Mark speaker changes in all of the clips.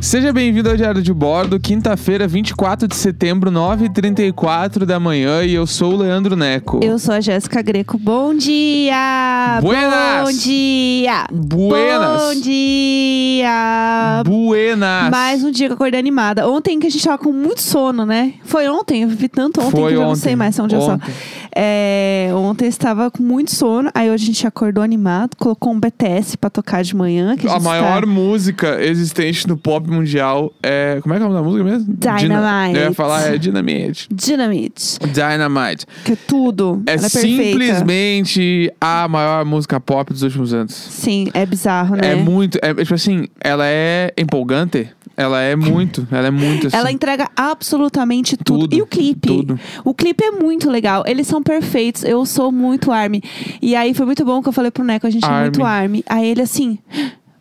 Speaker 1: Seja bem-vindo ao Diário de Bordo, quinta-feira, 24 de setembro, 9h34 da manhã, e eu sou o Leandro Neco.
Speaker 2: Eu sou a Jéssica Greco. Bom dia!
Speaker 1: Buenas!
Speaker 2: Bom dia!
Speaker 1: Buenas!
Speaker 2: Bom dia!
Speaker 1: Buenas!
Speaker 2: Mais um dia que eu acordei animada. Ontem que a gente tava com muito sono, né? Foi ontem, eu vi tanto ontem
Speaker 1: Foi
Speaker 2: que eu já não
Speaker 1: ontem.
Speaker 2: sei mais onde eu só.
Speaker 1: Ontem.
Speaker 2: É, ontem eu estava com muito sono, aí hoje a gente acordou animado, colocou um BTS pra tocar de manhã. Que a,
Speaker 1: A
Speaker 2: gente
Speaker 1: maior
Speaker 2: tá-
Speaker 1: música existente no pop mundial é. Como é que é o nome da música mesmo? Dina-
Speaker 2: Dynamite.
Speaker 1: Eu ia falar, é Dynamite.
Speaker 2: Dynamite,
Speaker 1: Dynamite.
Speaker 2: que é tudo.
Speaker 1: É
Speaker 2: Ela é perfeita.
Speaker 1: simplesmente a maior música pop dos últimos anos.
Speaker 2: Sim, é bizarro, né?
Speaker 1: É muito. É, é tipo assim, ela é empolgante. Ela é muito. Ela é muito assim.
Speaker 2: Ela entrega absolutamente tudo.
Speaker 1: Tudo,
Speaker 2: E o clipe?
Speaker 1: tudo.
Speaker 2: O clipe é muito legal. Eles são perfeitos. Eu sou muito Army. E aí foi muito bom que eu falei pro Neco, a gente é
Speaker 1: Army.
Speaker 2: muito Army. Aí ele assim,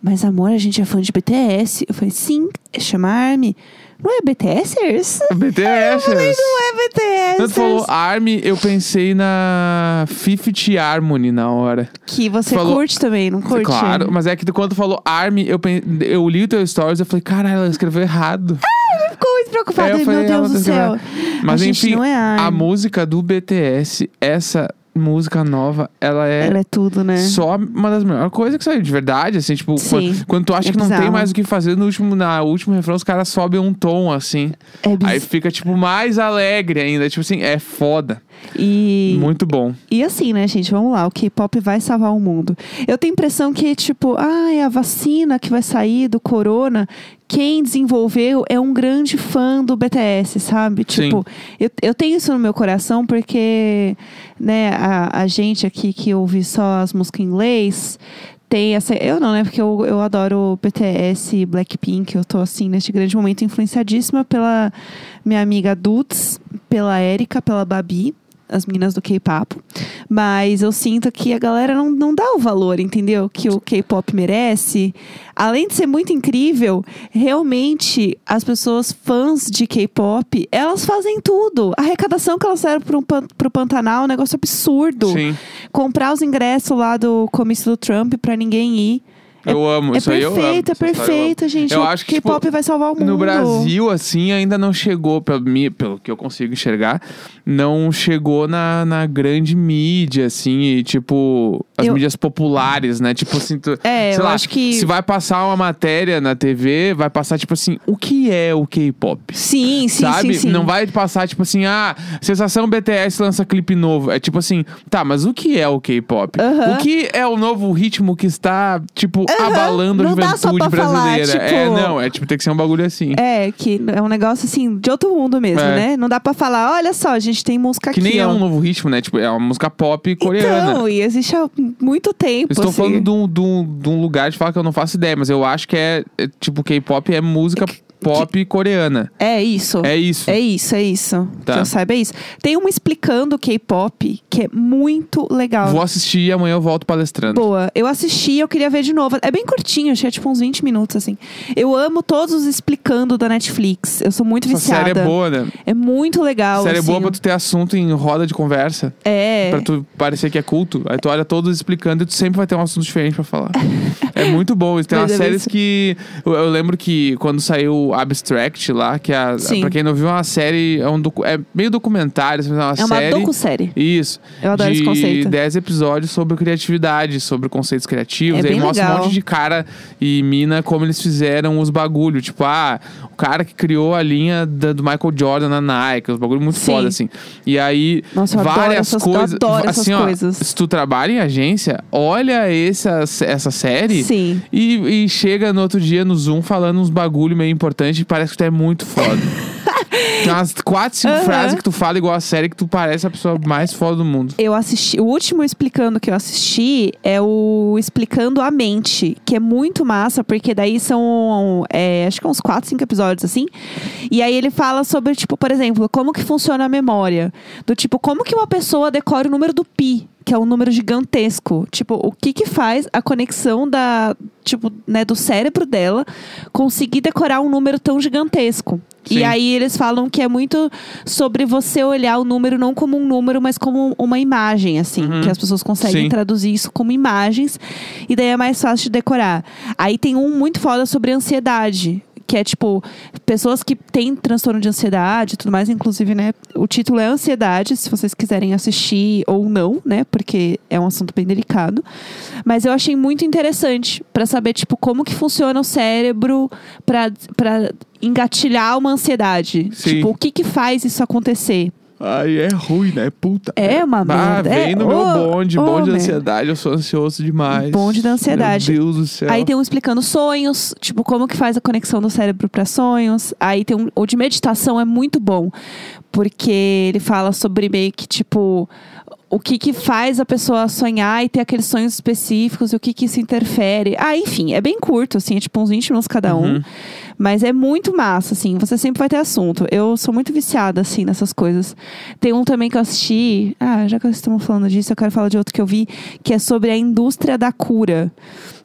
Speaker 2: mas amor, a gente é fã de BTS. Eu falei, sim, chama Army. Não é BTSers?
Speaker 1: assim. BTS.
Speaker 2: Falei, não é
Speaker 1: Quando tu
Speaker 2: BTSers.
Speaker 1: falou Army, eu pensei na Fifty Harmony na hora.
Speaker 2: que você
Speaker 1: ah, falou-
Speaker 2: curte também, não curte?
Speaker 1: Claro, mas é que tu- quando tu falou Army, eu, pen- eu li o teu stories e falei, caralho, ela escreveu errado.
Speaker 2: Ele ficou muito preocupado.
Speaker 1: É, eu
Speaker 2: Ele,
Speaker 1: falei,
Speaker 2: Ah, meu Deus
Speaker 1: ela
Speaker 2: do
Speaker 1: tá
Speaker 2: céu.
Speaker 1: Mas
Speaker 2: a gente
Speaker 1: enfim,
Speaker 2: não é
Speaker 1: a
Speaker 2: Army.
Speaker 1: música do BTS, essa música nova, ela é.
Speaker 2: Ela é tudo, né?
Speaker 1: Só uma das melhores coisas que saiu, de verdade, assim, tipo,
Speaker 2: Sim.
Speaker 1: quando, quando tu acha
Speaker 2: É
Speaker 1: que não tem
Speaker 2: bizarro.
Speaker 1: mais o que fazer, no último, na último refrão os caras sobem um tom, assim.
Speaker 2: É bizarro.
Speaker 1: Aí fica, tipo, mais alegre ainda. Tipo assim, é foda.
Speaker 2: E...
Speaker 1: Muito bom.
Speaker 2: E assim, né, gente? Vamos lá, o K-pop vai salvar o mundo. Eu tenho a impressão que, tipo, ai, a vacina que vai sair do corona, quem desenvolveu é um grande fã do BTS, sabe?
Speaker 1: Sim.
Speaker 2: Tipo, eu, eu tenho isso no meu coração porque, né, a, a gente aqui que ouve só as músicas em inglês. Tem essa. Eu não, né? Porque eu, eu adoro BTS, Blackpink. Eu tô, assim, neste grande momento, influenciadíssima pela minha amiga Dudes, pela Erika, pela Babi as meninas do K-pop. Mas eu sinto que a galera não, não dá o valor, entendeu? Que o K-pop merece. Além de ser muito incrível, realmente as pessoas fãs de K-pop, elas fazem tudo. A arrecadação que elas deram pro, Pan- pro Pantanal é um negócio absurdo.
Speaker 1: Sim.
Speaker 2: Comprar os ingressos lá do comício do Trump pra ninguém ir. É-
Speaker 1: eu amo.
Speaker 2: é
Speaker 1: isso aí eu amo.
Speaker 2: perfeito, é
Speaker 1: essa história eu amo.
Speaker 2: perfeito, gente.
Speaker 1: Eu
Speaker 2: o
Speaker 1: acho que, tipo,
Speaker 2: K-pop vai salvar o mundo.
Speaker 1: No Brasil, assim, ainda não chegou, pra mim, pelo que eu consigo enxergar, não chegou na, na grande mídia, assim, e tipo, as
Speaker 2: Eu-
Speaker 1: mídias populares, né? Tipo assim, tu,
Speaker 2: É,
Speaker 1: sei
Speaker 2: eu
Speaker 1: lá,
Speaker 2: acho que-
Speaker 1: se vai passar uma matéria na TV, vai passar, tipo assim, o que é o K-pop?
Speaker 2: Sim, sim,
Speaker 1: Sabe?
Speaker 2: sim, sim.
Speaker 1: Não vai passar, tipo assim, ah, sensação BTS lança clipe novo. É tipo assim, tá, mas o que é o K-pop?
Speaker 2: Aham.
Speaker 1: O que é o novo ritmo que está, tipo, abalando a
Speaker 2: Não dá só
Speaker 1: juventude
Speaker 2: pra falar,
Speaker 1: brasileira? É,
Speaker 2: tipo-
Speaker 1: não, é tipo, tem que ser um bagulho assim.
Speaker 2: É, que é um negócio assim, de outro mundo mesmo,
Speaker 1: É.
Speaker 2: né? Não dá pra falar, olha só, a gente tem música
Speaker 1: Que
Speaker 2: aqui.
Speaker 1: nem é
Speaker 2: ó.
Speaker 1: um novo ritmo, né? Tipo, é uma música pop coreana.
Speaker 2: Então, e existe há muito tempo.
Speaker 1: Eu Estou
Speaker 2: assim.
Speaker 1: falando de um, de um- de um lugar de falar que eu não faço ideia, mas eu acho que é, é, tipo, K-pop é música pop coreana.
Speaker 2: É isso.
Speaker 1: É isso.
Speaker 2: É isso, é isso.
Speaker 1: Tá.
Speaker 2: Que eu saiba é isso. Tem uma explicando K-pop que é muito legal.
Speaker 1: Vou assistir e amanhã eu volto palestrando.
Speaker 2: Boa. Eu assisti, eu queria ver de novo. É bem curtinho, achei tipo uns 20 minutos, assim. Eu amo todos os explicando da Netflix. Eu sou muito
Speaker 1: Essa
Speaker 2: viciada.
Speaker 1: série é boa, né?
Speaker 2: É muito legal.
Speaker 1: série é
Speaker 2: assim.
Speaker 1: boa pra tu ter assunto em roda de conversa.
Speaker 2: É.
Speaker 1: Pra tu parecer que é culto. Aí tu olha todos explicando e tu sempre vai ter um assunto diferente pra falar. é muito bom. isso. Tem
Speaker 2: Mas
Speaker 1: umas
Speaker 2: é bem
Speaker 1: séries
Speaker 2: isso.
Speaker 1: que. Eu, eu lembro que quando saiu Abstract lá, que é a,
Speaker 2: Sim.
Speaker 1: pra quem não viu, é uma série. É, um docu- é meio documentário, mas é uma
Speaker 2: é uma
Speaker 1: série.
Speaker 2: docu-série.
Speaker 1: Isso.
Speaker 2: Eu adoro
Speaker 1: de
Speaker 2: esse conceito.
Speaker 1: 10 episódios sobre criatividade, sobre conceitos criativos.
Speaker 2: É
Speaker 1: aí
Speaker 2: bem
Speaker 1: mostra um
Speaker 2: legal.
Speaker 1: monte de cara e mina como eles fizeram os bagulho. Tipo, ah, o cara que criou a linha da- do Michael Jordan na Nike. Os bagulho muito
Speaker 2: Sim.
Speaker 1: foda, assim. E aí,
Speaker 2: Nossa, eu adoro
Speaker 1: várias
Speaker 2: essas- eu
Speaker 1: coisas.
Speaker 2: adoro essas
Speaker 1: assim, ó,
Speaker 2: coisas.
Speaker 1: se tu trabalha em agência, olha essa, essa série.
Speaker 2: Sim.
Speaker 1: E, e chega no outro dia no Zoom falando uns bagulho meio importante e parece que tu é muito foda. Tem umas quatro, cinco
Speaker 2: Aham.
Speaker 1: frases que tu fala igual a série que tu parece a pessoa mais foda do mundo.
Speaker 2: Eu assisti. O último explicando que eu assisti é o Explicando a Mente, que é muito massa, porque daí são. é, acho que uns 4, 5 episódios assim. E aí ele fala sobre, tipo, por exemplo, como que funciona a memória. Do tipo, como que uma pessoa decora o número do pi, que é um número gigantesco. Tipo, o que que faz a conexão da. Tipo, né, do cérebro dela conseguir decorar um número tão gigantesco.
Speaker 1: Sim.
Speaker 2: E aí eles falam que é muito sobre você olhar o número não como um número, mas como uma imagem, assim.
Speaker 1: Uhum.
Speaker 2: Que as pessoas conseguem
Speaker 1: Sim.
Speaker 2: traduzir isso como imagens. E daí é mais fácil de decorar. Aí tem um muito foda sobre ansiedade. que é tipo pessoas que têm transtorno de ansiedade e tudo mais, inclusive, né? O título é Ansiedade, se vocês quiserem assistir ou não, né? Porque é um assunto bem delicado. Mas eu achei muito interessante para saber tipo como que funciona o cérebro para para engatilhar uma ansiedade.
Speaker 1: Sim.
Speaker 2: Tipo, o que que faz isso acontecer?
Speaker 1: Ai, é ruim, né? Puta.
Speaker 2: É uma
Speaker 1: Ah,
Speaker 2: merda.
Speaker 1: vem
Speaker 2: é,
Speaker 1: no
Speaker 2: ô,
Speaker 1: meu bonde,
Speaker 2: ô,
Speaker 1: bonde da
Speaker 2: merda.
Speaker 1: ansiedade, eu sou ansioso demais.
Speaker 2: Bonde da ansiedade.
Speaker 1: Meu Deus do céu.
Speaker 2: Aí tem um explicando sonhos, tipo, como que faz a conexão do cérebro para sonhos. Aí tem um. O de meditação é muito bom, porque ele fala sobre meio que, tipo, o que que faz a pessoa sonhar e ter aqueles sonhos específicos e o que que isso interfere. Ah, enfim, é bem curto, assim, é tipo uns 20 minutos cada um.
Speaker 1: Uhum.
Speaker 2: Mas é muito massa, assim, você sempre vai ter assunto. Eu sou muito viciada, assim, nessas coisas. Tem um também que eu assisti. Ah, já que nós estamos falando disso, eu quero falar de outro que eu vi, que é sobre a indústria da cura.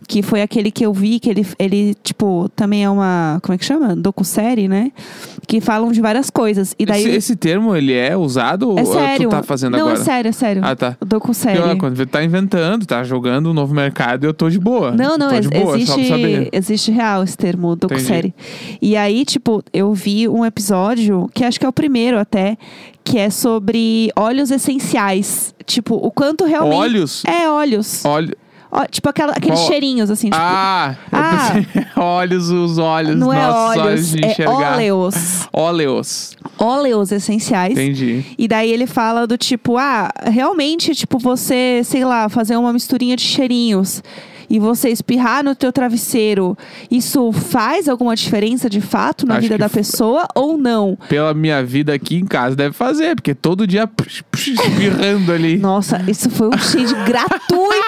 Speaker 2: Que foi aquele que eu vi, que ele, ele tipo, também é uma. Como é que chama? Docu-série, né? Que falam de várias coisas. E daí.
Speaker 1: esse, esse termo, ele é usado ou
Speaker 2: é sério.
Speaker 1: tu tá fazendo
Speaker 2: Não,
Speaker 1: agora?
Speaker 2: é sério, é sério.
Speaker 1: Ah, tá.
Speaker 2: Docu-série.
Speaker 1: Pior, quando tu tá inventando, tá jogando um novo mercado, eu tô de boa.
Speaker 2: Não, não,
Speaker 1: tô
Speaker 2: ex-
Speaker 1: tá de boa, só pra
Speaker 2: existe,
Speaker 1: saber.
Speaker 2: existe real esse termo, docu-série. E aí, tipo, eu vi um episódio, que acho que é o primeiro até, que é sobre óleos essenciais. Tipo, o quanto realmente.
Speaker 1: Óleos?
Speaker 2: É, óleos.
Speaker 1: Olha.
Speaker 2: Ó, tipo, aquela- aqueles
Speaker 1: Ó-
Speaker 2: cheirinhos, assim. Tipo,
Speaker 1: Ah,
Speaker 2: Ah.
Speaker 1: eu pensei, olhos, os olhos,
Speaker 2: não é
Speaker 1: nossos
Speaker 2: óleos,
Speaker 1: olhos de
Speaker 2: é
Speaker 1: enxergar.
Speaker 2: óleos.
Speaker 1: Óleos.
Speaker 2: Óleos essenciais.
Speaker 1: Entendi.
Speaker 2: E daí ele fala do tipo, ah, realmente, tipo, você, sei lá, fazer uma misturinha de cheirinhos e você espirrar no teu travesseiro, isso faz alguma diferença de fato na
Speaker 1: Acho
Speaker 2: vida
Speaker 1: que
Speaker 2: da
Speaker 1: fa-
Speaker 2: pessoa ou não?
Speaker 1: Pela minha vida aqui em casa, deve fazer, porque todo dia psh, psh, espirrando ali.
Speaker 2: Nossa, isso foi um shade gratuito!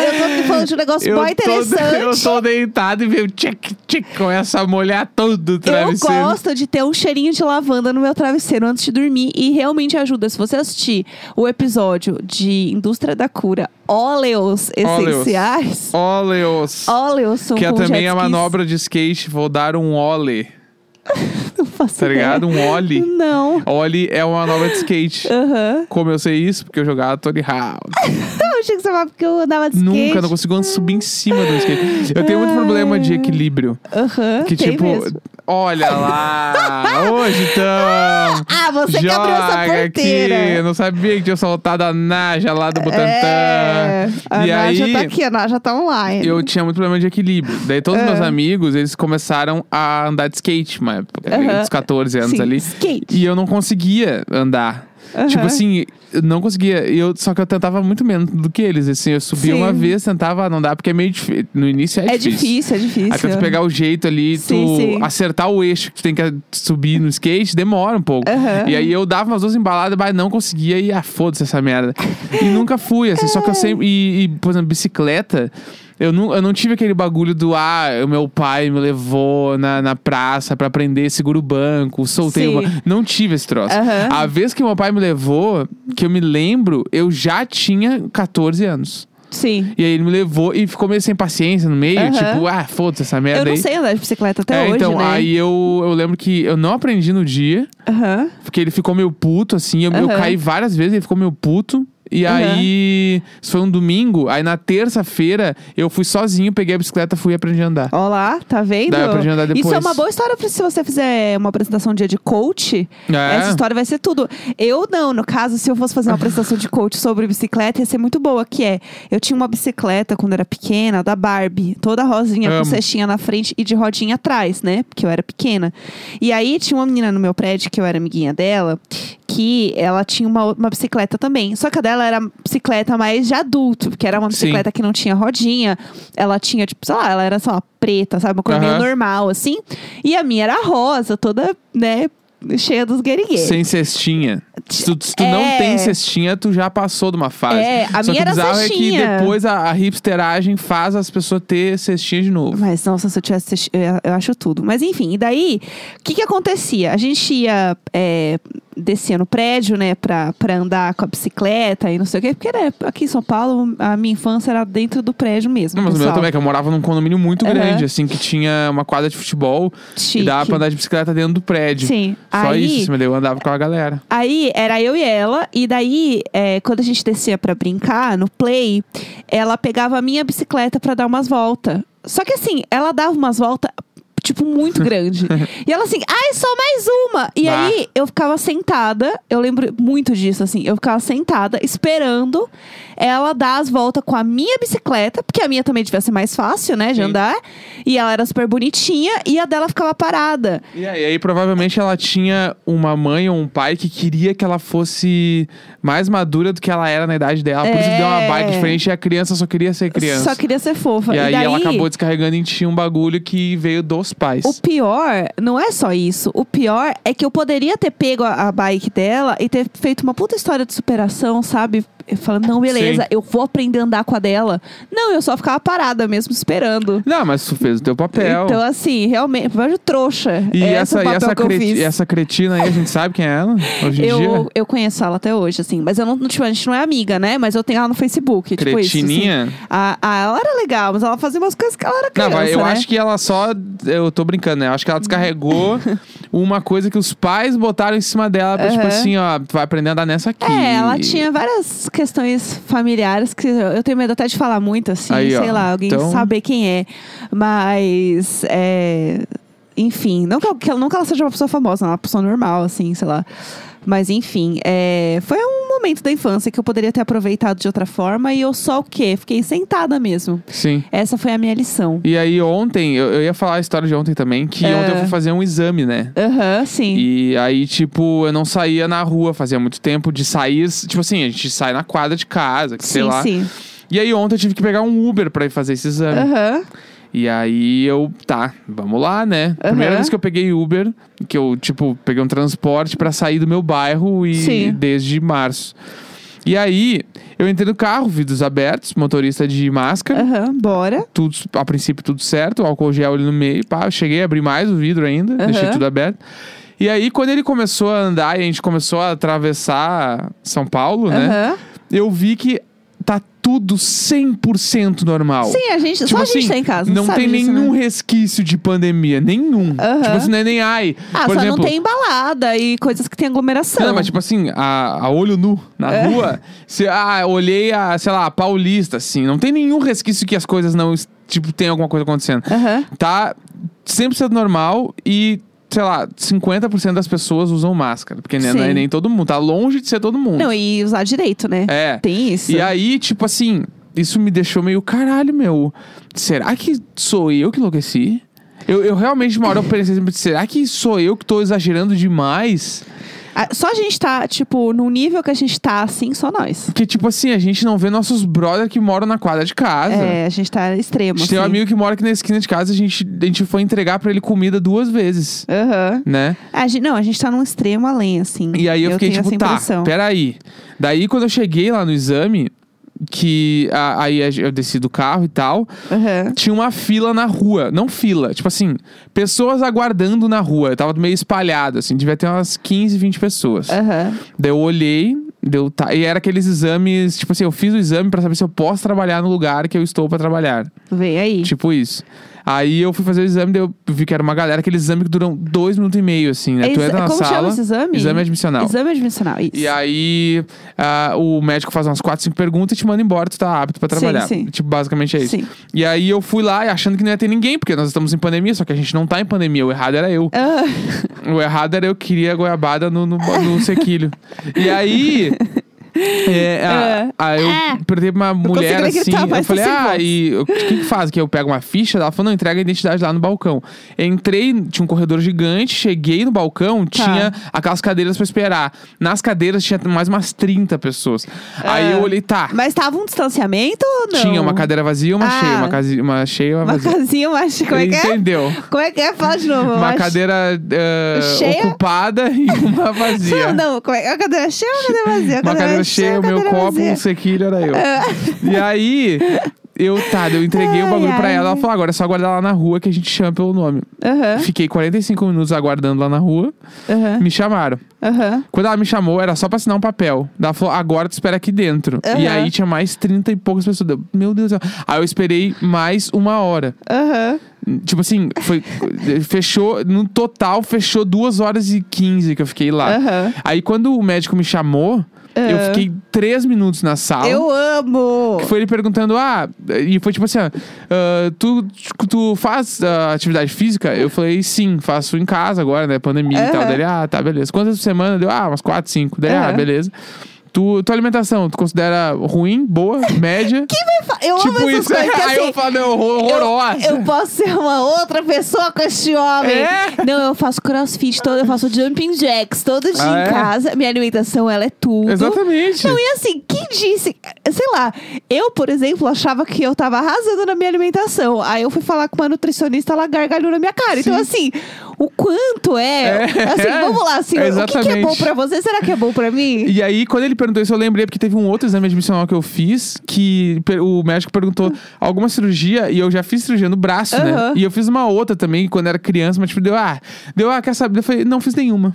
Speaker 2: Eu tô aqui falando de um negócio mó
Speaker 1: Tô,
Speaker 2: interessante.
Speaker 1: eu tô deitado e veio tchic, tchic, começa a molhar todo o
Speaker 2: Eu
Speaker 1: travesseiro.
Speaker 2: gosto de ter um cheirinho de lavanda no meu travesseiro antes de dormir e realmente ajuda. Se você assistir o episódio de Indústria da Cura, óleos
Speaker 1: Óleos.
Speaker 2: essenciais,
Speaker 1: Óleos.
Speaker 2: óleos são
Speaker 1: Que é
Speaker 2: com um jet
Speaker 1: também a
Speaker 2: skis.
Speaker 1: manobra de skate, vou dar um ole,
Speaker 2: Não faço
Speaker 1: tá
Speaker 2: ideia.
Speaker 1: ligado? Um ole.
Speaker 2: Não.
Speaker 1: Ole é uma manobra de skate.
Speaker 2: Aham.
Speaker 1: Como eu sei isso? Porque eu jogava Tony Hawk.
Speaker 2: Eu achei que você falava porque eu andava de
Speaker 1: Nunca,
Speaker 2: skate.
Speaker 1: não consigo subir em cima do skate. Eu tenho muito problema de equilíbrio.
Speaker 2: Aham,
Speaker 1: Que
Speaker 2: tem
Speaker 1: tipo,
Speaker 2: mesmo.
Speaker 1: olha lá, hoje então.
Speaker 2: Ah, você que abriu essa
Speaker 1: Joga aqui.
Speaker 2: porteira.
Speaker 1: Não sabia que tinha soltado a Naja lá do Butantã.
Speaker 2: É, a
Speaker 1: e
Speaker 2: Naja
Speaker 1: aí,
Speaker 2: tá aqui, a Naja tá online.
Speaker 1: eu tinha muito problema de equilíbrio. Daí todos meus
Speaker 2: Ah.
Speaker 1: amigos, eles começaram a andar de skate, uma época,
Speaker 2: Aham.
Speaker 1: uns 14 anos
Speaker 2: Sim,
Speaker 1: ali.
Speaker 2: skate.
Speaker 1: E eu não conseguia andar.
Speaker 2: Aham.
Speaker 1: Tipo assim, eu não conseguia. E Eu, só que eu tentava muito menos do que eles. Assim, eu subia
Speaker 2: Sim.
Speaker 1: uma vez, tentava ah, não dá porque é meio difícil. No início é,
Speaker 2: É difícil, é difícil.
Speaker 1: Até tu pegar o jeito ali,
Speaker 2: Sim,
Speaker 1: tu
Speaker 2: sim.
Speaker 1: acertar o eixo que tu tem que subir no skate, demora um pouco.
Speaker 2: Aham.
Speaker 1: E aí eu dava umas duas embaladas, mas não conseguia e ah, foda-se essa merda. E nunca fui, assim,
Speaker 2: É.
Speaker 1: só que eu sempre. E, e, por exemplo, bicicleta. Eu não, eu não tive aquele bagulho do ah, o meu pai me levou na, na praça pra aprender seguro banco, soltei
Speaker 2: Sim.
Speaker 1: uma. Não tive esse troço.
Speaker 2: Aham.
Speaker 1: A vez que meu pai me levou, que eu me lembro, eu já tinha 14 anos.
Speaker 2: Sim.
Speaker 1: E aí ele me levou e ficou meio sem paciência no meio,
Speaker 2: Aham.
Speaker 1: tipo, ah, foda-se essa merda
Speaker 2: Eu não
Speaker 1: aí.
Speaker 2: sei andar de bicicleta até
Speaker 1: É,
Speaker 2: hoje,
Speaker 1: então,
Speaker 2: né?
Speaker 1: aí eu, eu lembro que eu não aprendi no dia,
Speaker 2: Aham.
Speaker 1: porque ele ficou meio puto, assim. Eu, eu
Speaker 2: Aham.
Speaker 1: caí várias vezes, ele ficou meio puto. E
Speaker 2: Aham.
Speaker 1: aí, isso foi um domingo, aí na terça-feira eu fui sozinho, peguei a bicicleta, fui e aprendi a andar.
Speaker 2: Ó lá, tá vendo?
Speaker 1: Dá pra agendar
Speaker 2: Isso é
Speaker 1: depois.
Speaker 2: uma boa história pra se você fizer uma apresentação dia de coach.
Speaker 1: É.
Speaker 2: Essa história vai ser tudo. Eu não, no caso, se eu fosse fazer uma apresentação de coach sobre bicicleta, ia ser muito boa, que é, eu tinha uma bicicleta quando era pequena, da Barbie, toda rosinha,
Speaker 1: Amo.
Speaker 2: com cestinha na frente e de rodinha atrás, né? Porque eu era pequena. E aí tinha uma menina no meu prédio, que eu era amiguinha dela, que ela tinha uma, uma bicicleta também. Só que a dela era bicicleta mais de adulto, porque era uma
Speaker 1: Sim.
Speaker 2: bicicleta que não tinha rodinha. Ela tinha, tipo, sei lá, ela era, sei lá, preta, sabe? Uma coisa meio
Speaker 1: Aham.
Speaker 2: normal, assim. E a minha era rosa, toda, né, cheia dos guerigueiros.
Speaker 1: Sem cestinha. Se tu, se tu não
Speaker 2: É.
Speaker 1: tem cestinha, tu já passou de uma fase.
Speaker 2: É, a
Speaker 1: Só
Speaker 2: minha
Speaker 1: que o
Speaker 2: era
Speaker 1: bizarro é
Speaker 2: cestinha.
Speaker 1: que depois a, a hipsteragem faz as pessoas ter cestinha de novo.
Speaker 2: Mas, nossa, se eu tivesse. assisti- Eu, eu acho tudo. Mas, enfim, e daí, o que que acontecia? A gente ia. É, descia no prédio, né, pra, pra andar com a bicicleta e não sei o quê, porque era, aqui em São Paulo, a minha infância era dentro do prédio mesmo. né,
Speaker 1: Não, mas o meu
Speaker 2: pessoal.
Speaker 1: também, é que eu morava num condomínio muito
Speaker 2: Aham.
Speaker 1: grande, assim, que tinha uma quadra de futebol
Speaker 2: Chique.
Speaker 1: e dava é pra andar de bicicleta dentro do prédio.
Speaker 2: Sim.
Speaker 1: Só
Speaker 2: aí,
Speaker 1: isso, assim, mas daí eu andava com a galera.
Speaker 2: Aí era eu e ela, e daí, é, quando a gente descia pra brincar no play, ela pegava a minha bicicleta pra dar umas voltas. Só que assim, ela dava umas voltas tipo, muito grande. e ela assim, ai, só mais uma. E
Speaker 1: Ah.
Speaker 2: aí eu ficava sentada, eu lembro muito disso, assim, eu ficava sentada esperando ela dar as voltas com a minha bicicleta, porque a minha também devia ser mais fácil, né, de
Speaker 1: Sim.
Speaker 2: andar. E ela era super bonitinha e a dela ficava parada.
Speaker 1: E aí, aí, provavelmente, ela tinha uma mãe ou um pai que queria que ela fosse mais madura do que ela era na idade dela. Por isso
Speaker 2: É.
Speaker 1: que deu uma bike diferente e a criança só queria ser criança.
Speaker 2: Só queria ser fofa.
Speaker 1: E aí
Speaker 2: daí,
Speaker 1: ela acabou descarregando em ti um bagulho que veio dos pais.
Speaker 2: O pior não é só isso. O pior é que eu poderia ter pego a, a bike dela e ter feito uma puta história de superação, sabe? Eu Falando, não, beleza,
Speaker 1: Sim.
Speaker 2: eu vou aprender a andar com a dela. Não, eu só ficava parada mesmo, esperando.
Speaker 1: Não, mas tu fez o teu papel.
Speaker 2: Então, assim, realmente, vejo trouxa.
Speaker 1: e
Speaker 2: é
Speaker 1: essa, e
Speaker 2: esse o papel
Speaker 1: essa,
Speaker 2: que eu
Speaker 1: creti-
Speaker 2: fiz.
Speaker 1: essa cretina aí, a gente sabe quem é ela? Hoje em dia?
Speaker 2: Eu, tipo, eu conheço ela até hoje, assim. Mas eu não, tipo, a gente não é amiga, né? Mas eu tenho ela no Facebook. Tipo isso, assim.
Speaker 1: Cretininha?
Speaker 2: a, a, ela era legal, mas ela fazia umas coisas que ela era
Speaker 1: Não,
Speaker 2: criança,
Speaker 1: mas eu
Speaker 2: né?
Speaker 1: acho que ela só. Eu tô brincando, né? Eu acho que ela descarregou uma coisa que os pais botaram em cima dela. pra, Tipo
Speaker 2: Aham.
Speaker 1: assim, ó, tu vai aprender a dar nessa aqui.
Speaker 2: É, ela tinha várias questões familiares que eu tenho medo até de falar muito, assim,
Speaker 1: Aí,
Speaker 2: sei
Speaker 1: ó.
Speaker 2: lá, alguém
Speaker 1: Então-
Speaker 2: saber quem é. Mas, é, enfim, não que, ela- que ela, não que ela seja uma pessoa famosa, não, ela é uma pessoa normal, assim, sei lá. Mas, enfim, é, foi um momento da infância que eu poderia ter aproveitado de outra forma e eu só o quê? Fiquei sentada mesmo.
Speaker 1: Sim.
Speaker 2: Essa foi a minha lição.
Speaker 1: E aí ontem, eu, eu ia falar a história de ontem também, que
Speaker 2: É.
Speaker 1: ontem eu fui fazer um exame, né?
Speaker 2: Aham, sim.
Speaker 1: E aí, tipo, eu não saía na rua fazia muito tempo de sair. Tipo assim, a gente sai na quadra de casa, que sei
Speaker 2: sim,
Speaker 1: lá.
Speaker 2: sim.
Speaker 1: E aí ontem eu tive que pegar um Uber pra ir fazer esse exame.
Speaker 2: Aham.
Speaker 1: E aí eu, tá, vamos lá, né? Primeira
Speaker 2: Aham.
Speaker 1: vez que eu peguei Uber, que eu, tipo, peguei um transporte pra sair do meu bairro e
Speaker 2: Sim.
Speaker 1: desde março. E aí, eu entrei no carro, vidros abertos, motorista de máscara,
Speaker 2: Aham, bora.
Speaker 1: tudo, a princípio tudo certo, álcool gel ali no meio, pá, eu cheguei a abrir mais o vidro ainda, deixei tudo aberto. E aí, quando ele começou a andar e a gente começou a atravessar São Paulo, né?
Speaker 2: Aham.
Speaker 1: Eu vi que tá tudo 100% normal.
Speaker 2: Sim, a gente, só a gente tem em casa.
Speaker 1: Tipo assim, Não
Speaker 2: sabe
Speaker 1: tem
Speaker 2: disso, né?
Speaker 1: nenhum resquício de pandemia, nenhum.
Speaker 2: Aham.
Speaker 1: Tipo assim, não é nem ai.
Speaker 2: Ah,
Speaker 1: por
Speaker 2: só
Speaker 1: exemplo,
Speaker 2: não tem balada e coisas que tem aglomeração.
Speaker 1: Não, mas tipo assim, a, a olho nu na
Speaker 2: É.
Speaker 1: rua, se, ah, olhei a, sei lá, a Paulista, assim, não tem nenhum resquício que as coisas não, es- tipo, tem alguma coisa acontecendo.
Speaker 2: Aham.
Speaker 1: Tá 100% normal e, sei lá, 50% das pessoas usam máscara, porque nem,
Speaker 2: Sim.
Speaker 1: não é nem todo mundo, tá longe de ser todo mundo.
Speaker 2: Não, e usar direito, né?
Speaker 1: É.
Speaker 2: Tem isso.
Speaker 1: E aí, tipo assim, isso me deixou meio caralho, meu. Será que sou eu que enlouqueci? Eu, eu realmente, uma hora eu pensei sempre, será que sou eu que tô exagerando demais?
Speaker 2: Ah, Só a gente tá, tipo, num nível que a gente tá assim, só nós.
Speaker 1: Porque, tipo assim, a gente não vê nossos brother que moram na quadra de casa.
Speaker 2: É, a gente tá
Speaker 1: A
Speaker 2: extremo.
Speaker 1: gente tem um
Speaker 2: assim.
Speaker 1: amigo que mora aqui na esquina de casa, a gente, a gente foi entregar pra ele comida duas vezes,
Speaker 2: Aham.
Speaker 1: né?
Speaker 2: A gente, não, a gente tá num extremo além, assim.
Speaker 1: E aí eu, fiquei
Speaker 2: tenho
Speaker 1: tipo,
Speaker 2: essa
Speaker 1: tá,
Speaker 2: impressão.
Speaker 1: peraí. Daí quando eu cheguei lá no exame, que a- aí a- eu desci do carro e tal,
Speaker 2: Aham.
Speaker 1: tinha uma fila na rua. Não fila, tipo assim, pessoas aguardando na rua. Eu tava meio espalhado, assim, devia ter umas 15, 20 pessoas.
Speaker 2: Aham.
Speaker 1: Daí eu olhei, deu tá. E era aqueles exames, tipo assim, eu fiz o exame pra saber se eu posso trabalhar no lugar que eu estou pra trabalhar.
Speaker 2: Vem aí.
Speaker 1: Tipo isso. Aí eu fui fazer o exame, daí eu vi que era uma galera, aquele exame que dura um, dois minutos e meio, assim, né?
Speaker 2: É
Speaker 1: tu
Speaker 2: exa-
Speaker 1: entra na
Speaker 2: Como
Speaker 1: sala.
Speaker 2: chama esse exame?
Speaker 1: Exame é admissional.
Speaker 2: Exame é admissional, isso.
Speaker 1: E aí, ah, o médico faz umas 4, 5 perguntas e te manda embora, tu tá apto pra
Speaker 2: Sim,
Speaker 1: trabalhar.
Speaker 2: sim.
Speaker 1: Tipo, basicamente é isso.
Speaker 2: Sim.
Speaker 1: E aí eu fui lá achando que não ia ter ninguém, porque nós estamos em pandemia, só que a gente não tá em pandemia, o errado era eu.
Speaker 2: Ah,
Speaker 1: O errado era eu que queria goiabada no, no, no sequilho. E aí. é, a- a- eu
Speaker 2: Ah.
Speaker 1: perguntei pra uma mulher
Speaker 2: consigo nem
Speaker 1: assim.
Speaker 2: gritar mais,
Speaker 1: eu
Speaker 2: tô
Speaker 1: falei,
Speaker 2: sem
Speaker 1: ah,
Speaker 2: voz."
Speaker 1: e o que, que faz? Que eu pego uma ficha? Ela falou, não, entrega a identidade lá no balcão. Entrei, tinha um corredor gigante, cheguei no balcão,
Speaker 2: Tá.
Speaker 1: tinha aquelas cadeiras pra esperar. Nas cadeiras tinha mais umas 30 pessoas. Aí
Speaker 2: Ah.
Speaker 1: eu olhei, tá.
Speaker 2: Mas tava um distanciamento ou não?
Speaker 1: Tinha uma cadeira vazia, uma
Speaker 2: Ah.
Speaker 1: cheia, uma, casi- uma cheia, uma
Speaker 2: Uma
Speaker 1: vazia.
Speaker 2: casinha, mas como é que é?
Speaker 1: Entendeu?
Speaker 2: Como é que é? Fala de novo.
Speaker 1: Uma
Speaker 2: mas-
Speaker 1: cadeira eh,
Speaker 2: Cheia?
Speaker 1: ocupada e uma vazia.
Speaker 2: Não, não, como é? A cadeira cheia ou a cadeira vazia? A
Speaker 1: Uma cadeira cheia, o meu
Speaker 2: cadeira
Speaker 1: copo,
Speaker 2: vazia?
Speaker 1: um sequilho, era eu. E aí, eu, tá, eu entreguei o
Speaker 2: Ai,
Speaker 1: bagulho pra
Speaker 2: ai.
Speaker 1: ela. Ela falou, agora é só aguardar lá na rua que a gente chama pelo nome.
Speaker 2: Aham,
Speaker 1: Fiquei 45 minutos aguardando lá na rua.
Speaker 2: aham,
Speaker 1: Me chamaram.
Speaker 2: aham.
Speaker 1: Quando ela me chamou, era só pra assinar um papel. Ela falou, agora tu espera aqui dentro.
Speaker 2: Aham.
Speaker 1: E aí tinha mais 30 e poucas pessoas. Deu, Meu Deus do céu. Aí eu esperei mais uma hora.
Speaker 2: Aham.
Speaker 1: Tipo assim, foi, fechou, no total, fechou 2 horas e 15 que eu fiquei lá.
Speaker 2: Aham.
Speaker 1: Aí quando o médico me chamou, Eu fiquei três minutos na sala.
Speaker 2: Eu amo!
Speaker 1: Ah, um Que foi ele perguntando, ah, e foi tipo assim, ah, ah, tu, tu faz ah, atividade física? Eu falei, sim, faço em casa agora, né? Pandemia e tal.
Speaker 2: Aham.
Speaker 1: Daí ele, ah, tá, beleza. Quantas por semana? Deu, ah, umas quatro, cinco. Daí, ah,
Speaker 2: Aham.
Speaker 1: beleza. Tu, tua alimentação, tu considera ruim, boa, média?
Speaker 2: Que vai fa- Eu amo
Speaker 1: tipo
Speaker 2: essas
Speaker 1: isso.
Speaker 2: coisas. que,
Speaker 1: Aí eu
Speaker 2: assim,
Speaker 1: falo, não, horrorosa.
Speaker 2: Eu posso ser uma outra pessoa com este homem.
Speaker 1: É?
Speaker 2: Não, eu faço crossfit todo, eu faço jumping jacks todo dia
Speaker 1: Ah,
Speaker 2: em
Speaker 1: é?
Speaker 2: casa. Minha alimentação, ela é tudo.
Speaker 1: Exatamente.
Speaker 2: Não, e assim, quem disse? Sei lá, eu, por exemplo, achava que eu tava arrasando na minha alimentação. Aí eu fui falar com uma nutricionista, ela gargalhou na minha cara. Então, assim, o quanto é.
Speaker 1: É.
Speaker 2: Assim, vamos lá, assim, o que que é
Speaker 1: Exatamente.
Speaker 2: bom pra você? Será que é bom pra mim?
Speaker 1: E aí, quando ele perguntou isso, eu lembrei, porque teve um outro exame admissional que eu fiz, que per- o médico perguntou alguma cirurgia, e eu já fiz cirurgia no braço, né?
Speaker 2: Aham.
Speaker 1: E eu fiz uma outra também, quando era criança, mas tipo, deu, ah, deu, ah, quer saber? Eu falei, não fiz nenhuma.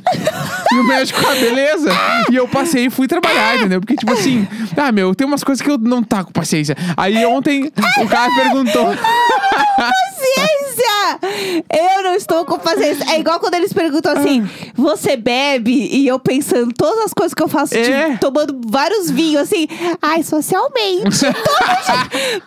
Speaker 1: e o médico, ah, beleza. E eu passei e fui trabalhar, entendeu? Porque, tipo assim, ah, meu, tem umas coisas que eu não tá com paciência. Aí ontem o cara perguntou.
Speaker 2: paciência! Eu não estou com paciência. É igual quando eles perguntam assim:
Speaker 1: Ah.
Speaker 2: você bebe? E eu pensando todas as coisas que eu faço,
Speaker 1: É.
Speaker 2: tipo, tomando vários vinhos, assim, ai, socialmente.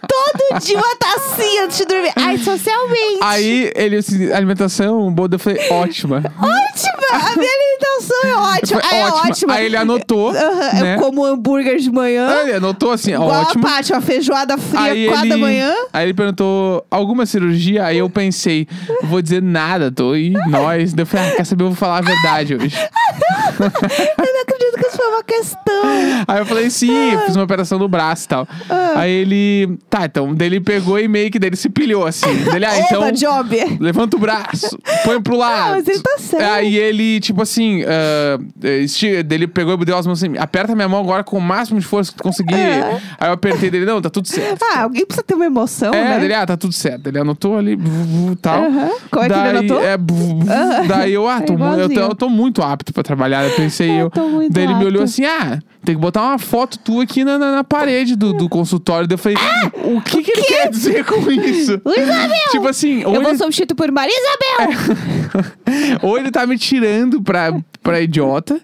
Speaker 2: Todo dia uma tacinha antes de dormir. Ai, socialmente.
Speaker 1: aí ele, assim, alimentação boa, eu falei, ótima.
Speaker 2: Ótima! A minha alimentação é ótima.
Speaker 1: Foi
Speaker 2: Ai, é ótima.
Speaker 1: Aí ele anotou.
Speaker 2: Aham,
Speaker 1: né?
Speaker 2: Eu como hambúrguer de manhã.
Speaker 1: Ele anotou assim,
Speaker 2: Igual
Speaker 1: ótimo.
Speaker 2: a Paty, uma feijoada fria, 4 da manhã.
Speaker 1: aí ele perguntou alguma cirurgia, aí eu pensei, vou dizer nada, tô aí, nós. Daí eu falei, ah, quer saber, eu vou falar a verdade hoje.
Speaker 2: Eu não acredito que isso foi uma questão.
Speaker 1: Aí eu falei, sim,
Speaker 2: Ah.
Speaker 1: fiz uma operação no braço e tal. Aí ele, tá, então, daí ele pegou e meio que dele se pilhou assim. Dele, ah, então.
Speaker 2: Opa, job.
Speaker 1: Levanta o braço, põe pro
Speaker 2: Ah,
Speaker 1: lado.
Speaker 2: mas ele tá certo.
Speaker 1: Aí ele, tipo assim, ah, esti- dele pegou e deu as mãos assim: aperta minha mão agora com o máximo de força que tu conseguir.
Speaker 2: É.
Speaker 1: Aí eu apertei dele: não, tá tudo certo.
Speaker 2: Ah, alguém precisa ter uma emoção,
Speaker 1: É,
Speaker 2: né?
Speaker 1: dele, ah, tá tudo certo. Ele anotou ali, vu, vu, tal.
Speaker 2: Aham. Como é que ele
Speaker 1: daí,
Speaker 2: anotou?
Speaker 1: é, vu, vu, daí eu, ah,
Speaker 2: É
Speaker 1: tô mu- eu, tô,
Speaker 2: igualzinho.
Speaker 1: eu tô muito apto pra trabalhar. Eu pensei,
Speaker 2: Eu
Speaker 1: eu.
Speaker 2: tô muito
Speaker 1: daí ele me olhou
Speaker 2: apto.
Speaker 1: assim, ah, tem que botar uma foto tua aqui na, na, na parede do, do consultório. Daí eu falei, "Ah, o que, que ele quer dizer com isso?
Speaker 2: Isabel!
Speaker 1: Tipo assim, ou
Speaker 2: Eu vou
Speaker 1: ele,
Speaker 2: substituir por Maria Isabel!
Speaker 1: É. ou ele tá me tirando pra, pra idiota,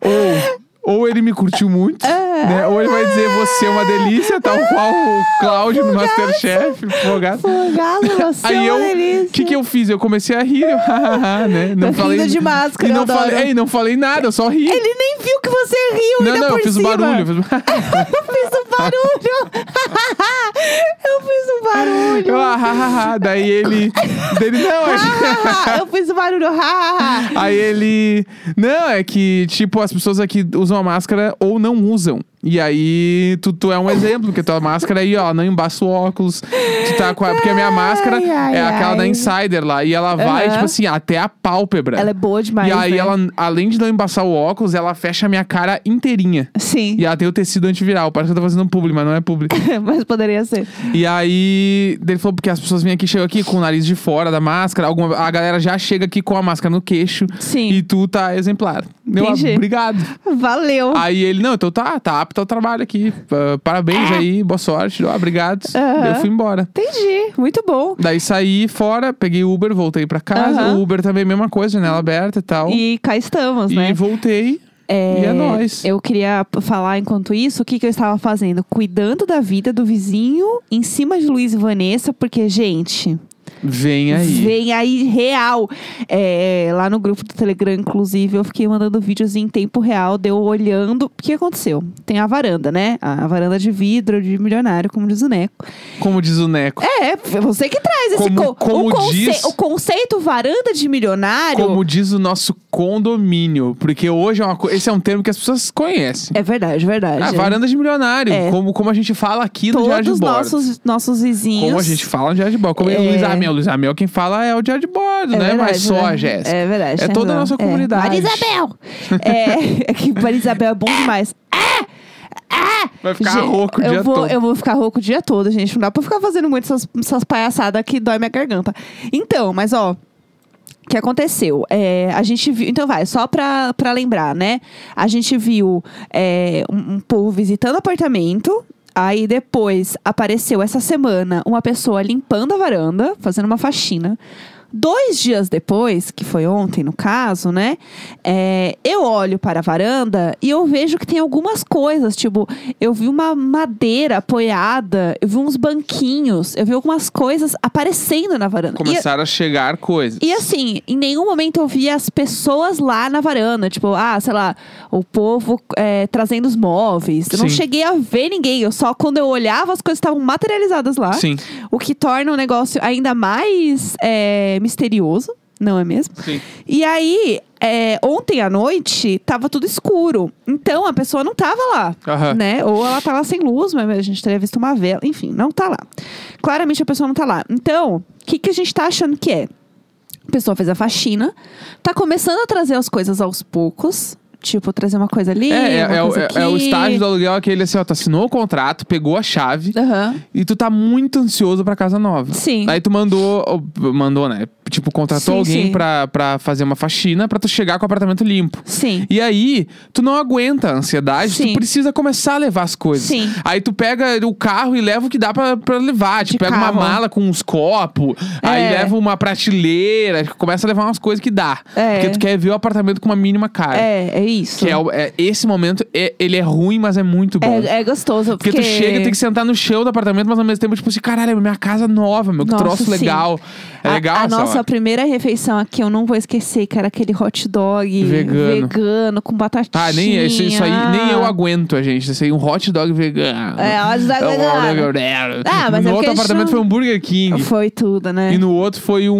Speaker 1: ou. Ou ele me curtiu muito,
Speaker 2: Ah.
Speaker 1: né? Ou ele vai dizer você é uma delícia, tal qual o Cláudio no Masterchef, fogado.
Speaker 2: Fogado, você
Speaker 1: Aí
Speaker 2: é
Speaker 1: eu,
Speaker 2: uma
Speaker 1: o
Speaker 2: delícia.
Speaker 1: que que eu fiz? Eu comecei a rir, eu, hahaha, né? Não
Speaker 2: Tá Rindo de máscara,
Speaker 1: e não
Speaker 2: eu adoro.
Speaker 1: falei, é, e não falei nada, eu só ri.
Speaker 2: Ele nem viu que você riu
Speaker 1: não,
Speaker 2: ainda
Speaker 1: não, eu
Speaker 2: por
Speaker 1: fiz um o
Speaker 2: cima.
Speaker 1: barulho. eu Fiz...
Speaker 2: eu fiz um barulho. eu fiz um
Speaker 1: eu,
Speaker 2: barulho.
Speaker 1: ah, ah, ah, ah. Daí ele, dele não, é que-
Speaker 2: eu fiz um barulho.
Speaker 1: aí ele, não é que tipo as pessoas aqui usam a máscara ou não usam. E aí, tu, tu é um exemplo, porque tua máscara aí, ó, não embaça o óculos. Tu tá com a, porque a minha máscara
Speaker 2: Ai, ai,
Speaker 1: é aquela da
Speaker 2: ai.
Speaker 1: Insider lá. E ela vai,
Speaker 2: Aham.
Speaker 1: tipo assim, até a pálpebra.
Speaker 2: ela é boa demais.
Speaker 1: E aí,
Speaker 2: né?
Speaker 1: ela, além de não embaçar o óculos, ela fecha a minha cara inteirinha.
Speaker 2: Sim,
Speaker 1: E ela tem o tecido antiviral. Parece que eu tô fazendo um publi, mas não é publi.
Speaker 2: mas poderia ser.
Speaker 1: e aí, daí ele falou, porque as pessoas vêm aqui, chegam aqui com o nariz de fora da máscara. Alguma, a galera já chega aqui com a máscara no queixo.
Speaker 2: Sim.
Speaker 1: E tu tá exemplar. Eu, ah,
Speaker 2: Entendi.
Speaker 1: obrigado.
Speaker 2: Valeu.
Speaker 1: Aí ele, não, então tá, tá apto ao trabalho aqui. Ah, parabéns aí, boa sorte. Ah, obrigado.
Speaker 2: Aham.
Speaker 1: Eu fui embora.
Speaker 2: Entendi. Muito bom.
Speaker 1: Daí saí fora, peguei Uber, voltei pra casa.
Speaker 2: Aham.
Speaker 1: O Uber também, mesma coisa, janela aberta e tal.
Speaker 2: E cá estamos,
Speaker 1: Então. E
Speaker 2: né?
Speaker 1: voltei.
Speaker 2: É,
Speaker 1: E é nóis.
Speaker 2: Eu queria p- falar enquanto isso o que, que eu estava fazendo. Cuidando da vida do vizinho em cima de Luiz e Vanessa, porque, gente,
Speaker 1: Vem aí.
Speaker 2: vem aí real. É, lá no grupo do Telegram, inclusive, eu fiquei mandando vídeos em tempo real, deu olhando. O que aconteceu? Tem a varanda, né? A varanda de vidro de milionário, como diz o Neco.
Speaker 1: Como diz o Neco.
Speaker 2: É, é você que traz esse
Speaker 1: Como-
Speaker 2: co-
Speaker 1: como
Speaker 2: o, conce-
Speaker 1: diz-
Speaker 2: o conceito varanda de milionário.
Speaker 1: Como diz o nosso condomínio. Porque hoje é uma co... esse é um termo que as pessoas conhecem.
Speaker 2: É verdade, verdade.
Speaker 1: a Ah, varanda de milionário.
Speaker 2: É.
Speaker 1: Como, como a gente fala aqui no Diário
Speaker 2: Todos
Speaker 1: de
Speaker 2: os
Speaker 1: Bordo.
Speaker 2: nossos, nossos vizinhos.
Speaker 1: Como a gente fala no Diário de Bordo. Como é o
Speaker 2: É.
Speaker 1: Luiz Amel. Luiz Amel, quem fala é o Diário de Bordo, não é mais
Speaker 2: verdade,
Speaker 1: só
Speaker 2: né?
Speaker 1: a Jéssica.
Speaker 2: É verdade.
Speaker 1: É
Speaker 2: tem
Speaker 1: toda a nossa
Speaker 2: razão.
Speaker 1: comunidade.
Speaker 2: É. Marisabel! é, é que Marisabel é bom demais. Ah! Ah!
Speaker 1: Vai ficar
Speaker 2: Gente,
Speaker 1: rouco o
Speaker 2: eu
Speaker 1: dia
Speaker 2: vou,
Speaker 1: todo.
Speaker 2: Eu vou ficar rouco o dia todo, gente. Não dá pra ficar fazendo muito essas, essas palhaçadas que dói minha garganta. Então, mas ó... O que aconteceu? É, a gente viu. Então, vai, só pra, pra lembrar, né? A gente viu é, um, um povo visitando apartamento. Aí depois apareceu essa semana uma pessoa limpando a varanda, fazendo uma faxina. Dois dias depois, que foi ontem no caso, né? é, eu olho para a varanda e eu vejo que tem algumas coisas. Tipo, eu vi uma madeira apoiada, eu vi uns banquinhos, eu vi algumas coisas aparecendo na varanda. E-
Speaker 1: Começaram a chegar coisas.
Speaker 2: e assim, em nenhum momento eu vi as pessoas lá na varanda. Tipo, ah, sei lá, o povo é, trazendo os móveis. Eu não
Speaker 1: Sim.
Speaker 2: cheguei a ver ninguém. Eu só, quando eu olhava, as coisas estavam materializadas lá.
Speaker 1: Sim,
Speaker 2: O que torna o negócio ainda mais é, misterioso, não é mesmo?
Speaker 1: sim.
Speaker 2: E aí, é, ontem à noite, tava tudo escuro. Então, a pessoa não tava lá,
Speaker 1: Aham.
Speaker 2: né? Ou ela tá lá sem luz, mas a gente teria visto uma vela. Enfim, não tá lá. Claramente, a pessoa não tá lá. Então, o que, que a gente tá achando que é? A pessoa fez a faxina, tá começando a trazer as coisas aos poucos. Tipo, trazer uma coisa ali,
Speaker 1: É, é,
Speaker 2: uma
Speaker 1: é o-
Speaker 2: coisa
Speaker 1: é-
Speaker 2: aqui.
Speaker 1: é o estágio do aluguel aquele assim, ó, tu assinou o contrato, pegou a chave
Speaker 2: Aham.
Speaker 1: e tu tá muito ansioso pra casa nova.
Speaker 2: Sim.
Speaker 1: Aí tu mandou, ó, mandou, né? Tipo, contratou
Speaker 2: Sim,
Speaker 1: alguém
Speaker 2: sim.
Speaker 1: pra, pra fazer uma faxina pra tu chegar com o apartamento limpo.
Speaker 2: Sim.
Speaker 1: E aí, tu não aguenta a ansiedade,
Speaker 2: Sim.
Speaker 1: tu precisa começar a levar as coisas.
Speaker 2: Sim.
Speaker 1: Aí tu pega o carro e leva o que dá pra, pra levar. Tipo,
Speaker 2: De
Speaker 1: pega
Speaker 2: carro.
Speaker 1: uma mala com uns copos, aí
Speaker 2: É.
Speaker 1: leva uma prateleira, começa a levar umas coisas que dá.
Speaker 2: É.
Speaker 1: Porque tu quer ver o apartamento com uma mínima cara.
Speaker 2: É, é isso.
Speaker 1: Que é, o- é- esse momento, é- ele é ruim, mas é muito bom.
Speaker 2: É, é gostoso.
Speaker 1: Porque,
Speaker 2: Porque,
Speaker 1: tu chega e tem que sentar no chão do apartamento, mas ao mesmo tempo, tipo assim, caralho, é minha casa nova, meu, que
Speaker 2: Nossa,
Speaker 1: troço
Speaker 2: sim.
Speaker 1: legal. É
Speaker 2: A-
Speaker 1: legal
Speaker 2: A,
Speaker 1: essa
Speaker 2: nossa
Speaker 1: hora.
Speaker 2: primeira refeição aqui, eu não vou esquecer, que era aquele hot dog
Speaker 1: Vegano.
Speaker 2: vegano com batatinha.
Speaker 1: Ah, nem isso, isso aí, nem eu aguento a gente. Isso aí, um hot dog vegano.
Speaker 2: É, hot dog
Speaker 1: É, um
Speaker 2: vegano.
Speaker 1: vegano.
Speaker 2: Ah, mas
Speaker 1: no
Speaker 2: é porque
Speaker 1: outro
Speaker 2: a gente
Speaker 1: apartamento
Speaker 2: não-
Speaker 1: foi um Burger King.
Speaker 2: Foi tudo, né?
Speaker 1: E no outro foi um,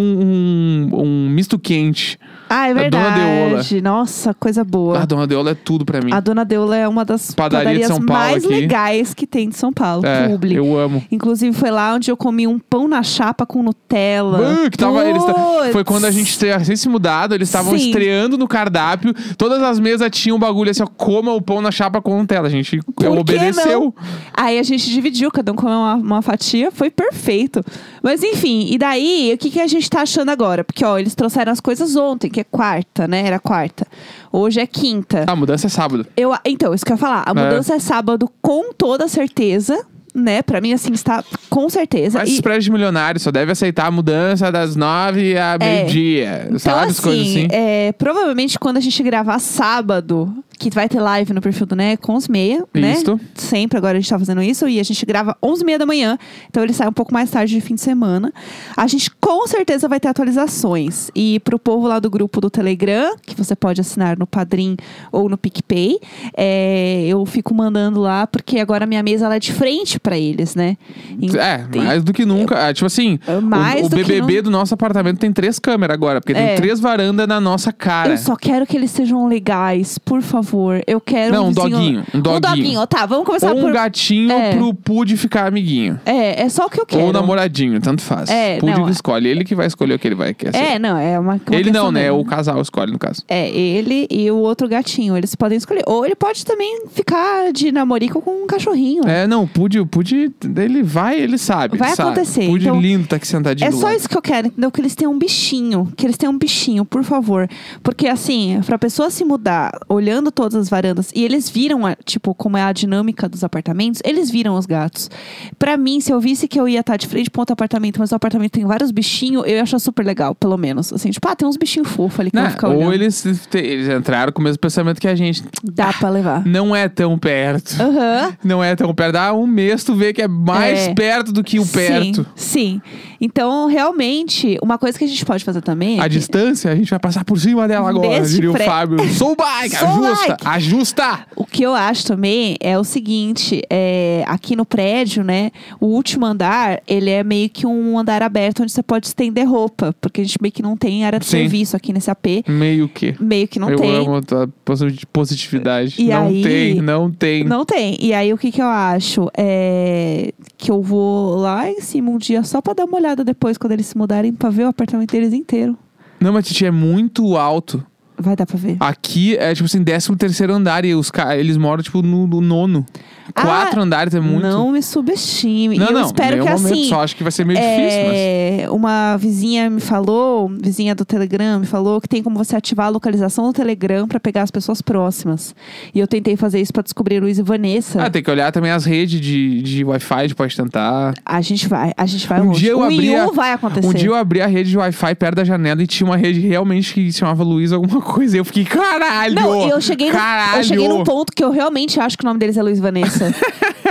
Speaker 1: um, um misto quente.
Speaker 2: Ah, é
Speaker 1: da Dona
Speaker 2: verdade. Nossa, coisa boa.
Speaker 1: A dona Deola é tudo pra mim.
Speaker 2: A Dona Deula é uma das
Speaker 1: Padaria de
Speaker 2: padarias
Speaker 1: São Paulo
Speaker 2: mais
Speaker 1: aqui.
Speaker 2: legais que tem de São Paulo,
Speaker 1: é,
Speaker 2: público.
Speaker 1: Eu amo.
Speaker 2: Inclusive, foi lá onde eu comi um pão na chapa com Nutella.
Speaker 1: Bah, que tava- eles ta- foi quando a
Speaker 2: Putz.
Speaker 1: gente tinha recém se mudado, eles estavam
Speaker 2: Sim.
Speaker 1: estreando no cardápio. Todas as mesas tinham um bagulho assim, ó, coma o pão na chapa com Nutella. A gente
Speaker 2: Por que
Speaker 1: obedeceu.
Speaker 2: não? Aí a gente dividiu, cada um comeu uma, uma fatia, foi perfeito. Mas enfim, e daí, o que, que a gente tá achando agora? Porque, ó, eles trouxeram as coisas ontem, que é quarta, né? Era quarta. Hoje é quinta.
Speaker 1: Ah, a mudança é sábado.
Speaker 2: Eu, então, isso que eu ia falar. A mudança é, sábado com toda certeza, né? Pra mim, assim, está com certeza.
Speaker 1: Mas
Speaker 2: E-
Speaker 1: esses prédios milionários só devem aceitar a mudança das nove a meio-dia.
Speaker 2: É. então,
Speaker 1: sabe? As
Speaker 2: assim,
Speaker 1: coisas assim.
Speaker 2: é, provavelmente quando a gente gravar sábado, que vai ter live no perfil do Né, com os meia, né?
Speaker 1: Isto.
Speaker 2: Sempre agora a gente tá fazendo isso. E a gente grava 11 h 30 da manhã. Então ele sai um pouco mais tarde de fim de semana. A gente com certeza vai ter atualizações. E pro povo lá do grupo do Telegram, que você pode assinar no Padrim ou no PicPay, é, eu fico mandando lá, porque agora minha mesa ela é de frente pra eles, né? Então,
Speaker 1: É, mais do que nunca. Ah, tipo assim,
Speaker 2: É mais
Speaker 1: o, o
Speaker 2: do que
Speaker 1: BBB do nosso apartamento tem três câmeras agora, porque
Speaker 2: É.
Speaker 1: tem três varandas na nossa cara.
Speaker 2: Eu só quero que eles sejam legais, por favor. Eu quero
Speaker 1: Não,
Speaker 2: um
Speaker 1: um
Speaker 2: vizinho...
Speaker 1: doguinho, um
Speaker 2: Um
Speaker 1: doguinho.
Speaker 2: doguinho, tá, vamos começar
Speaker 1: Ou um
Speaker 2: por...
Speaker 1: gatinho
Speaker 2: É.
Speaker 1: pro Pud ficar amiguinho.
Speaker 2: É, é só o que eu quero.
Speaker 1: Ou um namoradinho, tanto faz.
Speaker 2: É,
Speaker 1: Pud
Speaker 2: não,
Speaker 1: que escolhe, ele que vai escolher o que ele vai querer.
Speaker 2: É, não, é uma, uma
Speaker 1: ele
Speaker 2: questão
Speaker 1: não, né?
Speaker 2: dele.
Speaker 1: O casal escolhe, no caso.
Speaker 2: É, ele e o outro gatinho, eles podem escolher. Ou ele pode também ficar de namorico com um cachorrinho.
Speaker 1: É, não, o Pud, o Pud, ele vai, ele sabe.
Speaker 2: Vai
Speaker 1: ele sabe.
Speaker 2: acontecer,
Speaker 1: Pud
Speaker 2: então,
Speaker 1: lindo, tá aqui sentadinho
Speaker 2: É
Speaker 1: do
Speaker 2: só
Speaker 1: lado.
Speaker 2: isso que eu quero, entendeu? Que eles tenham um bichinho. Que eles tenham um bichinho, por favor. Porque, assim, pra pessoa se mudar olhando todas as varandas e eles viram, a- tipo, como é a dinâmica dos apartamentos, eles viram os gatos. Pra mim, se eu visse que eu ia estar de frente pro outro apartamento, mas o apartamento tem vários bichinhos, eu ia achar super legal, pelo menos. Assim, tipo, ah, tem uns bichinhos fofos ali que eu
Speaker 1: Né?
Speaker 2: vou ficar
Speaker 1: Ou
Speaker 2: olhando.
Speaker 1: eles, te- eles entraram com o mesmo pensamento que a gente.
Speaker 2: Dá pra levar.
Speaker 1: Não é tão perto.
Speaker 2: Aham.
Speaker 1: Não é tão perto. Ah, um mês tu vê que é mais
Speaker 2: É.
Speaker 1: perto do que o perto.
Speaker 2: Sim, sim. Então, realmente, uma coisa que a gente pode fazer também. é
Speaker 1: A
Speaker 2: que-
Speaker 1: distância, a gente vai passar por cima
Speaker 2: Um
Speaker 1: dela agora,
Speaker 2: Deste
Speaker 1: diria
Speaker 2: pré-
Speaker 1: o Fábio. Sou bike,
Speaker 2: Sou
Speaker 1: ajusta,
Speaker 2: bike.
Speaker 1: ajusta.
Speaker 2: O que eu acho também é o seguinte, é, aqui no prédio, né, o último andar, ele é meio que um andar aberto onde você pode estender roupa, porque a gente meio que não tem área de
Speaker 1: Sim.
Speaker 2: serviço aqui nesse AP,
Speaker 1: Meio que.
Speaker 2: meio que não
Speaker 1: eu
Speaker 2: tem.
Speaker 1: amo a tua posi- positividade.
Speaker 2: E
Speaker 1: não
Speaker 2: aí-
Speaker 1: tem, não tem.
Speaker 2: Não tem. E aí, o que que eu acho? É que eu vou lá em cima um dia só pra dar uma olhada depois, quando eles se mudarem, pra ver o apartamento deles inteiro.
Speaker 1: Não, mas Titi, é muito alto. Ah,
Speaker 2: Vai dar pra ver.
Speaker 1: Aqui é tipo assim, 13 terceiro andar e os ca... eles moram tipo no, no nono. Quatro
Speaker 2: Ah,
Speaker 1: andares é muito.
Speaker 2: Não me subestime.
Speaker 1: não,
Speaker 2: e eu
Speaker 1: não,
Speaker 2: espero
Speaker 1: em
Speaker 2: que
Speaker 1: nenhum momento,
Speaker 2: assim.
Speaker 1: Só acho que vai ser meio difícil, mas.
Speaker 2: É, Uma vizinha me falou, vizinha do Telegram, me falou que tem como você ativar a localização do Telegram pra pegar as pessoas próximas. E eu tentei fazer isso pra descobrir Luiz e Vanessa.
Speaker 1: Ah, tem que olhar também as redes de, de Wi-Fi, a gente pode tentar.
Speaker 2: a gente vai, a gente vai
Speaker 1: Um
Speaker 2: longe.
Speaker 1: dia eu
Speaker 2: o
Speaker 1: abri
Speaker 2: Wii
Speaker 1: a-
Speaker 2: U vai acontecer.
Speaker 1: Um dia eu abri a rede de Wi-Fi perto da janela e tinha uma rede realmente que se chamava Luiz alguma coisa. E eu fiquei, caralho!
Speaker 2: Não, eu cheguei, no,
Speaker 1: caralho.
Speaker 2: eu cheguei num ponto que eu realmente acho que o nome deles é Luiz e Vanessa.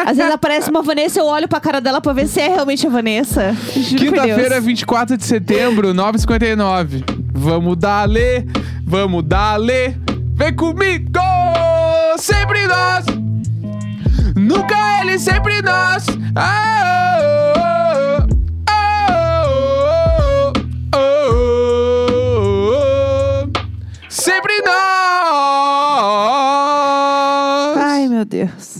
Speaker 2: Às vezes aparece uma Vanessa, eu olho pra cara dela pra ver se é realmente a Vanessa. Juro por
Speaker 1: Quinta-feira, é
Speaker 2: Deus.
Speaker 1: 24 de setembro, 9h59. Vamos dale, vamos dale, vem comigo! Sempre nós, nunca ele, sempre nós. Ah, oh, oh, oh, oh, oh, oh. Sempre nós!
Speaker 2: Ai, meu Deus.